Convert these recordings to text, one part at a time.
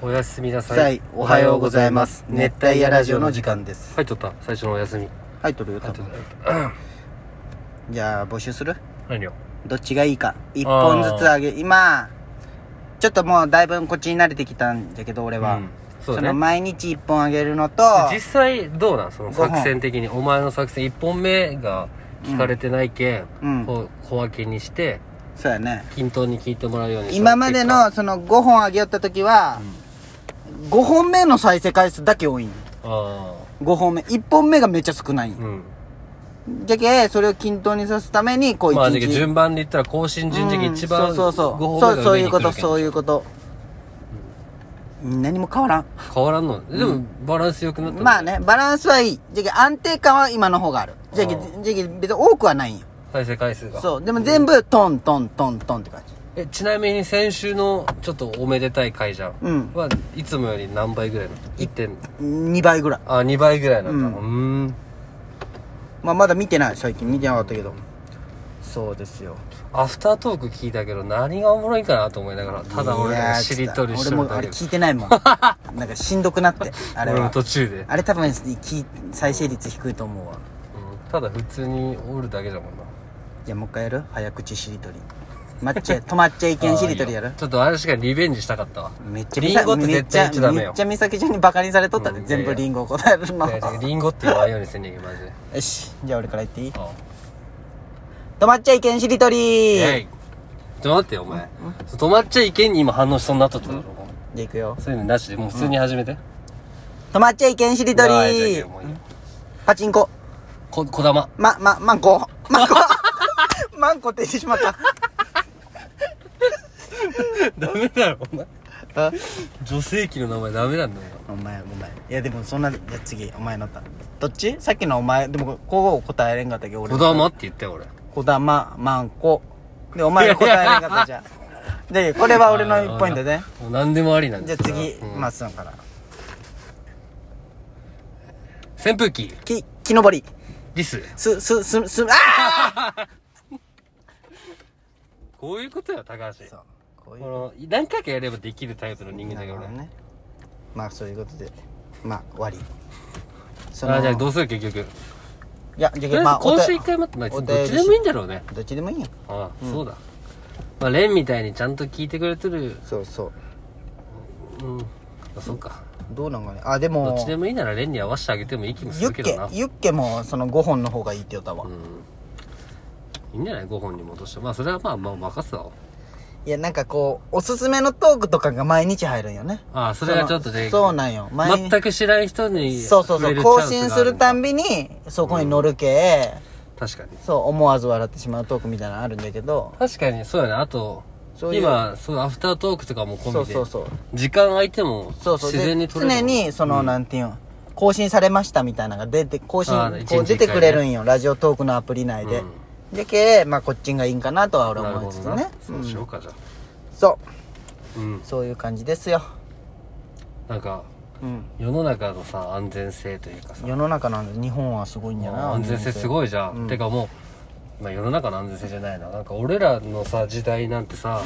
おやすみなささあい。おはようございます熱帯夜ラジオの時間です入っとった最初のお休み。はい取るよ入多っとっ分た。じゃあ募集する何よ。どっちがいいか一本ずつあげ今ちょっともうだいぶこっちに慣れてきたんだけど俺は、うんそそうだのね。毎日一本あげるのと実際どうなんそのご飯作戦的に。お前の作戦1本目が聞かれてないけうんん、こう小分けにして、そうやね均等に聞いてもらうように今までのあその5本あげよった時は、5本目の再生回数だけ多いんあ5本目1本目がめっちゃ少ないんー。うん。じゃけそれを均等にさすためにこう一日、まあ、じゃけ順番で言ったら更新順次が一う番んそうそうごそう褒美そうがそう上いにうこ来とるけんそういうこと、何も変わらん変わらんのでもバランス良くなったまあねバランスはいいじゃけ安定感は今の方があるじゃけあーじゃけ別に多くはないんよ再生回数がそうでも全部トントントントンって感じえちなみに先週のちょっとおめでたい回じゃん、うんはいつもより何倍ぐらいなの1点2倍ぐらい、あ2倍ぐらいなんだううーんまあ、まだ見てない最近見てなかったけどそうですよアフタートーク聞いたけど何がおもろいかなと思いながらただ俺らがしりとりしてるいやーちょっと俺もだあけれ聞いてないも んなんかしんどくなってあれ俺もは途中で、あれ多分聞い再生率低いと思うわうんただ普通におるだけじゃもんなじゃあもう一回やる早口しりとり待っちゃ 止まっちゃいけんしりとりやあーいいよるちょっとあれしかリベンジしたかったわめっちゃリンゴって絶対言っちゃダメめよっちゃ美咲ちゃんにバカにされとったで、うん全部リンゴ答えるのいやいやリンゴって言わんようにせんねんけどマジでよしじゃあ俺から言っていいあ止まっちゃいけんしりとりえいちょっと待ってよお前止まっちゃいけんに今反応しそうになっとっただろじゃあいくよそういうのなしでもう普通に始めて止まっちゃいけんしりとうわーじゃあいいりよもういいよパチンコここだまま、ま、マンコマンコ マンコって言ってしまったダメだろお前女性器の名前ダメなんだよお前ごめんいやでもそんなじゃあ次お前のったどっちさっきのお前でもこう答えれんかったけど俺こだまって言ったよ俺こだままんこでお前が答えれんかったじゃんでこれは俺の1ポイントねもう何でもありなんじゃであす次うんまっすんから扇風機き木登りリスすすすすあこういうことよ高橋ーそうこういこうの何回かやればできるタイプの人間だから俺あねまあそういうことでまあ終わりそじゃあどうする結局いやじとりゃああまあえず今週一お回待ってまあどおっ便りちでもいいんだろうね便どっちでもいいよああそうだまあ蓮みたいにちゃんと聞いてくれてるそうそううんあそうかどうなんかねあでどもっちでもいいなら蓮に合わせてあげてもいい気もすユるッけどケなユッケもその5本の方がいいって言ったわ、いいんじゃない5本に戻してまあそれはまあまあ任すわいやなんかこうおすすめのトークとかが毎日入るんよねああそれがちょっとねそのそうなんよ毎日全く知らん人にそうそうそ触れうる更チャン新スがあすんるだたんびにそこに乗るけ、確かにそう思わず笑ってしまうトークみたいなのあるんだけど確かにそうやねあとそういう今そうアフタートークとかも込みでそうそうそう時間空いてもそうそう自然にで取れ常るもんにその、なんていうん更新されましたみたいなのが出て更新あーこう一日出一回ねてくれるんよ、ラジオトークのアプリ内で、うんでけまあこっちがいいんかなとは俺なるほ思いつつどなねそうしようかじゃあそううんそういう感じですよ、なんかうん、世の中のさ安全性というかさ世の中なんで日本はすごいんじゃない安全性すいごいじゃん、てかもう、まあ、世の中の安全性じゃないななんか俺らのさ時代なんてさ、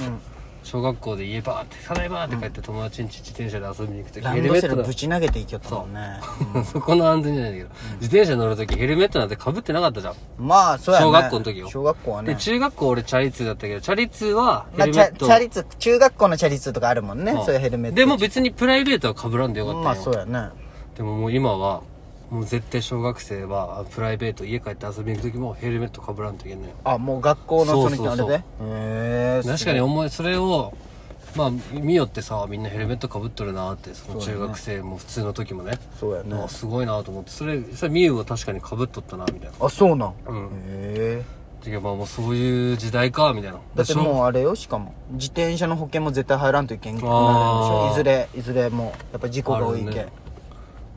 小学校で家バーって「ただいま!」って帰って友達ん家自転車で遊びに行く時ラヘンルドメセットルだぶち投げていきよったもんねそこの安全じゃないんだけど、自転車乗る時ヘルメットなんて被ってなかったじゃん、まあそうやね小学校の時よ小学校はでね中学校俺チャリ通だったけどチャリ通はヘまあ、ルチメャッチト、ャリ通中学校のチャリ通とかあるもんね、うんそういうヘルメットでも別にプライベートは被らんでよかったよ、まあそうやねでももう今はもう絶対小学生はあプライベート家帰って遊びに行く時もヘルメット被らんといけないよあもう学校のその人あそれでうそうへえ確かにお前それをまあ見よってさみんなヘルメット被っとるなってその中学生も普通の時もねそうやねあすごいなと思ってそれそれみゆは確かに被っとったなみたいなあそうなん、うんへえてかまあもうそういう時代かみたいなだってうもうあれよしかも自転車の保険も絶対入らんといけんくなるでしあょーいずれいずれもやっぱ事故が多いけん、あるね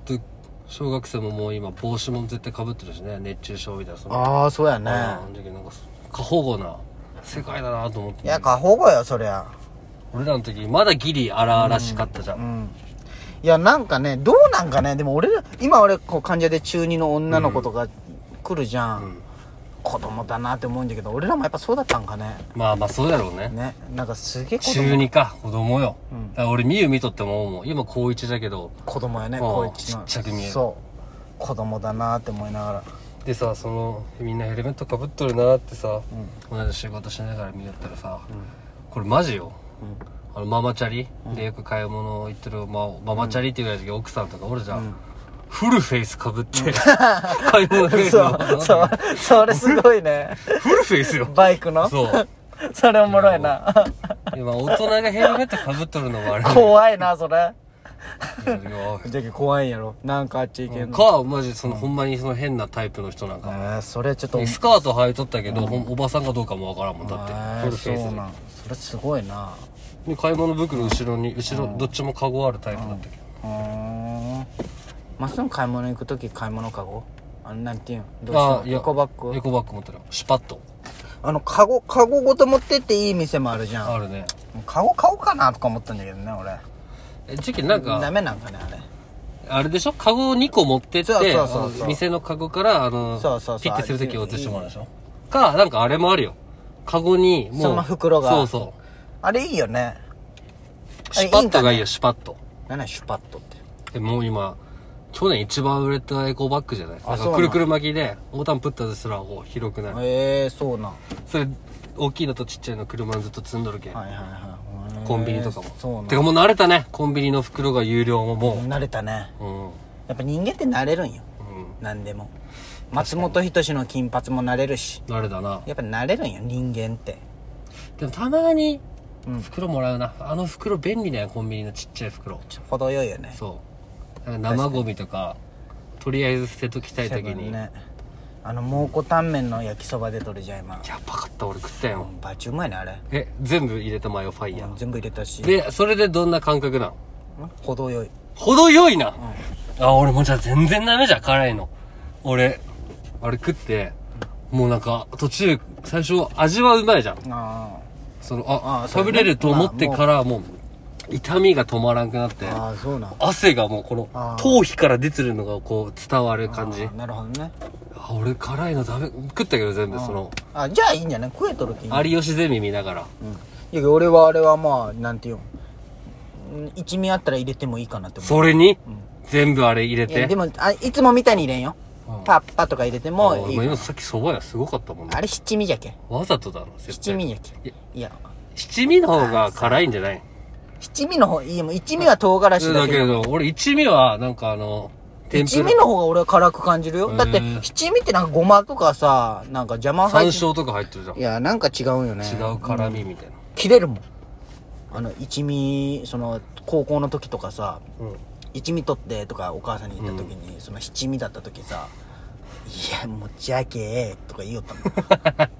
で小学生ももう今帽子も絶対被ってるしね熱中症みたいなそのああそうやねうんだけどなんかそ過保護な世界だなと思っていや過保護よそりゃ俺らの時まだギリ荒々しかったじゃん、うんいやなんかねどうなんかねでも俺ら今俺こう患者で中二の女の子とか来るじゃん、子供だなって思うんだけど俺らもやっぱそうだったんかねまあまあそうだろうねねなんかすげえ子中供二か子供よ、うんだから俺みゆ見とっても思うもん今高一だけど子供やねあーこいつちっのちゃく見えるそう子供だなって思いながらでさそのみんなヘルメットかぶっとるなってさ、う同じ仕事しながら見よったらさ、これマジよあのママチャリでよく買い物行ってるマママチャリっていうぐらいの時奥さんとかおるじゃん、フルフェイスかぶって 買い物行くうんそうそうそれすごいねフルフェイスよバイクのそうそれおもろいな今大人がヘルメットかぶっとるのもあれ怖いなそれいやいやじゃけ怖いんやろなんかあっち行けんのかマジその、ほんまにその変なタイプの人なんえか、ーそれちょっとスカート履いとったけど、ほんおばさんかどうかもわからんもんだってあーフルフェイそうスなんそれすごいなでで買い物袋後ろに後ろ、どっちもカゴあるタイプだったけど、うーんまっすぐ買い物行く時買い物カゴあのなんていうんどうあーしたのエコバッエグコバッグ持ってるシュパッとあのカゴカゴごと持ってっていい店もあるじゃあんるねカゴ買おうかなとか思ったんだけどね俺え時期なんダかメなんかねあれあれでしょカゴを2個持ってってそうそうそうそうあの店のカゴからあのそうそうそうピッてするとき落としてもらうでしょかなんかあれもあるよカゴにもうその袋がそうそあれいいよねうあシれュパッとがいいいいんかねよシュパッと何やシュパッとってでもう今、去年一番売れたエコバッグじゃないあなんそうかなのくるくる巻きで、ボタンプッたとしたら、こう広くなる。ええそうなんはそれ、大きいのとちっちゃいの車にずっと積んどるけん。いはいはいへーコンビニとかも。そうなんてかもう慣れたね。コンビニの袋が有料もも慣れたねう。うん。やっぱ人間って慣れるんようん。何でも松本人志の金髪も慣れるし慣れだな。やっぱ慣れるんよ人間ってでもたまにうん、袋もらうな。あの袋便利だよ、コンビニのちっちゃい袋。程よいよねそう。なんか生ゴミとか、とりあえず捨てときたいときセブに。ンやねあの蒙古タンメンの焼きそばでとるじゃん今ばかった、俺食ったよ。バチうまいねあれえ、全部入れたマヨファイヤー。全部入れたしで、それでどんな感覚なの程よい程よいな、あ俺もうじゃあ全然ダメじゃん辛いの俺あれ食ってもうなんか途中最初味はうまいじゃんあそのああー食べれると思ってからもう痛みが止まらなくなってーあーそうなん汗がもうこのあー頭皮から出てるのがこう伝わる感じあーなるほどねあ俺辛いのダメ食ったけど全部そのあじゃあいいんじゃない食えとる気に有吉ゼミ見ながらうんいやけど俺はあれはまあなんていうんうん一味あったら入れてもいいかなって思うそれに全部あれ入れいてやでもあいつもみたいに入れんようんパッパとか入れてあもい俺いも今さっき蕎麦屋すごかったもんねあれ七味じゃけわざとだろ絶対七味じゃいけやいや七味の方が辛いんじゃない七味の方いいもん一味は唐辛子だだけけどど、俺一味は、なんかあの、天一ぷら味、の方が俺は辛く感じるへよーだって七味ってなんかごまとかさなんか邪魔山入って椒とか入ってるじゃんい。やなんか違うよね違う辛みみたいな。切れるもんあの一味その高校の時とかさ一味取ってとかお母さんに言った時に、その七味だった時さ「いやもうじゃけー」とか言いよった もん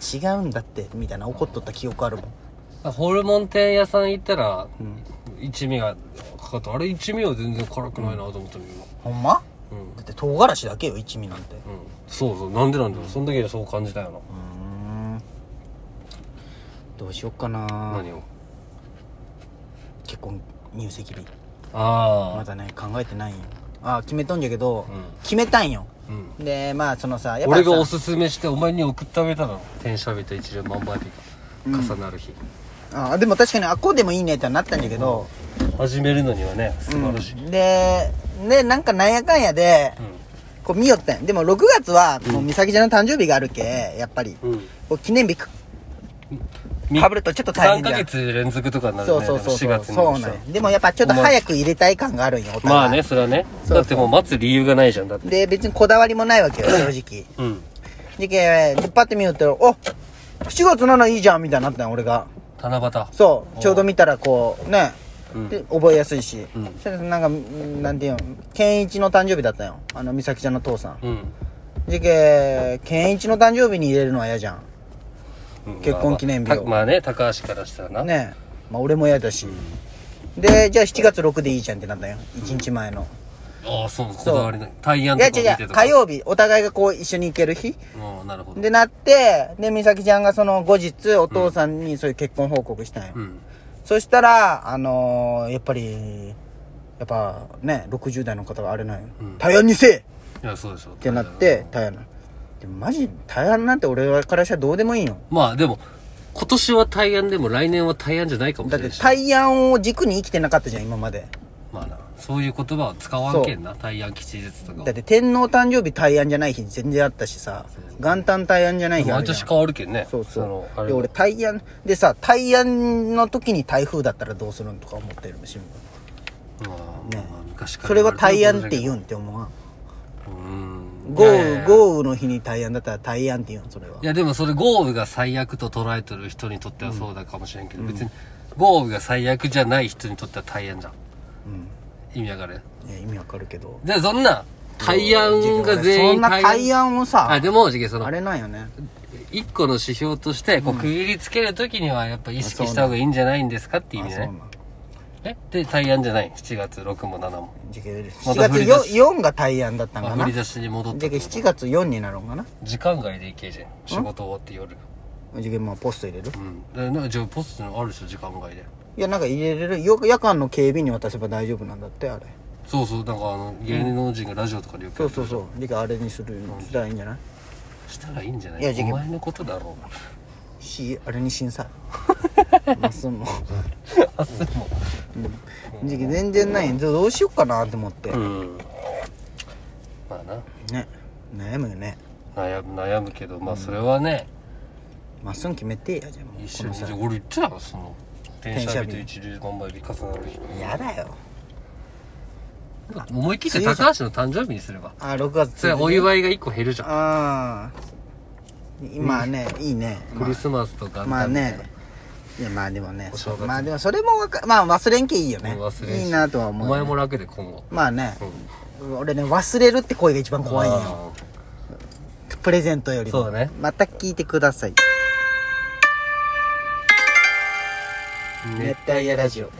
違うんだってみたいな怒っとった記憶あるもんホルモン店屋さん行ったら、一味がかかった。あれ一味は全然辛くないなと思ったの今。ほんまうん。だって唐辛子だけよ一味なんてうん。そうそう。なんでなんだろう。その時にはそう感じたようーんどうしよっかな。な何を。結婚入籍日まあだね考えてないんよああ決めとんじゃけど、うん決めたんよあ。うん。でまあそのさやっぱ俺さがおすすめして、お前に送ってあげたの。天写日と一流万倍日が重なる日。あでも確かにあこうでもいいねってなったんだけど、始めるのにはね、素晴らしい。うんでねなんかなんやかんやで、こう見よってんでも6月はもう美咲ちゃんの誕生日があるけやっぱり、うん。うん。こう記念日かみかぶるとちょっと大変3じゃヶん月連続とかになるね。そうそうそうでも4月そうになそうるなとんよでもやっぱちょっと早く入れたい感があるんよお互いまあね、それはね。そうだってもう待つ理由がないじゃん、だって。で別にこだわりもない わけよ正直うん。でけでパッて見よったら「お7月7いいじゃん」みたいになったんよ俺が七そうちょうど見たらこうねうんで覚えやすいし、うんそれでなんかんなんていうの健一の誕生日だったんよあの美咲ちゃんの父さん夕。うん。でけ健一の誕生日に入れるのは嫌じゃんうん結婚記念日をまあまあね、高橋からしたらな。ねまあ俺も嫌だし、でじゃあ7月6でいいじゃんってなったんよ1日前の、ああ、そう、こだわりない。対案いやとか違見う違てうとか。火曜日お互いがこう一緒に行ける日うん、なるほど。でなってで美咲ちゃんがその後日お父さんにそういう結婚報告したんよ、うん。そしたら、あのーやっぱり、やっぱね、60代の方があれなんようん対案にせえいや、そうでしょ。っってなって、。対案なのでもマジ大安なんて俺からしたらどうでもいいよまあでも、今年は大安でも来年は大安じゃないかもしだれっなていし。大安を軸に生きてなかったじゃん今までまあな、そういう言葉は使わんけんな。大安吉日とかはだっ。て天皇誕生日大安じゃない日全然あったしさ元旦大安じゃない日あ毎るじゃん年変わるけんね。そうそのあうれで俺大安でさ大安の時に台風だったらどうするんとか思ってるの新聞まあねまあ昔からそれは大安って言う。うんって思わんうん。豪いやいやい雨や豪雨の日に大安だったら大安って言うんそれはいやでもそれ豪雨が最悪と捉えてる人にとってはそうだかもしれんけど、別に豪雨が最悪じゃない人にとっては大安じゃん。意味わかるいや意味わかるけどじゃあそんな、大安が全そん員な大安をさあ、でも、じゃけそのあ、れなんよね一個の指標として、こう、区切りつけるときには、やっぱ意識した方がいいんじゃないんですかって意あ味そうなね。んえで、対案じゃない。7月、6も7も。じゃけま7た月振り出し 4, 4が大安だったんまかあ、振なりじゃ出しに戻ったけ。7月4になるんかな時間外でいけじゃん。仕事終わって夜。じゃけまあポスト入れるうん。でなんか、じゃあ、ポストのあるでしょ、時間外で。いやなんか入れれるよ夜間の警備に渡せば大丈夫なんだってあれそうそう、なんか、あの、芸能人がラジオとかでよくそやうるそうそうじゃけあれにするしたらいいんじゃないしたらいいんじゃないいやじゃおけ前のことだろしあれにしんさ まっすんもう。明日も。じゃけ全然ないどどうしよっかなって思って、うん。まあな。ね悩むよね悩む、悩むけど、まあ、それはね、まっすん決めてやじゃあもう一こ緒にのじさゃあ俺言ってたよその転車写日日と一粒万倍日重なる日やだよ思い切って高橋の誕生日にすればあ6月それお祝いが一個減るじゃんああ今ねいいねクリスマスとかまあねいやまあでもねお正月まあでもそれもわかまあ忘れんけいいよね忘れんしいいなとはお思うよね、前も楽で今後まあねう、ん俺ね忘れるって声が一番怖いんよプレゼントよりもそうだねまた聞いてくださいうん熱帯夜ラジオ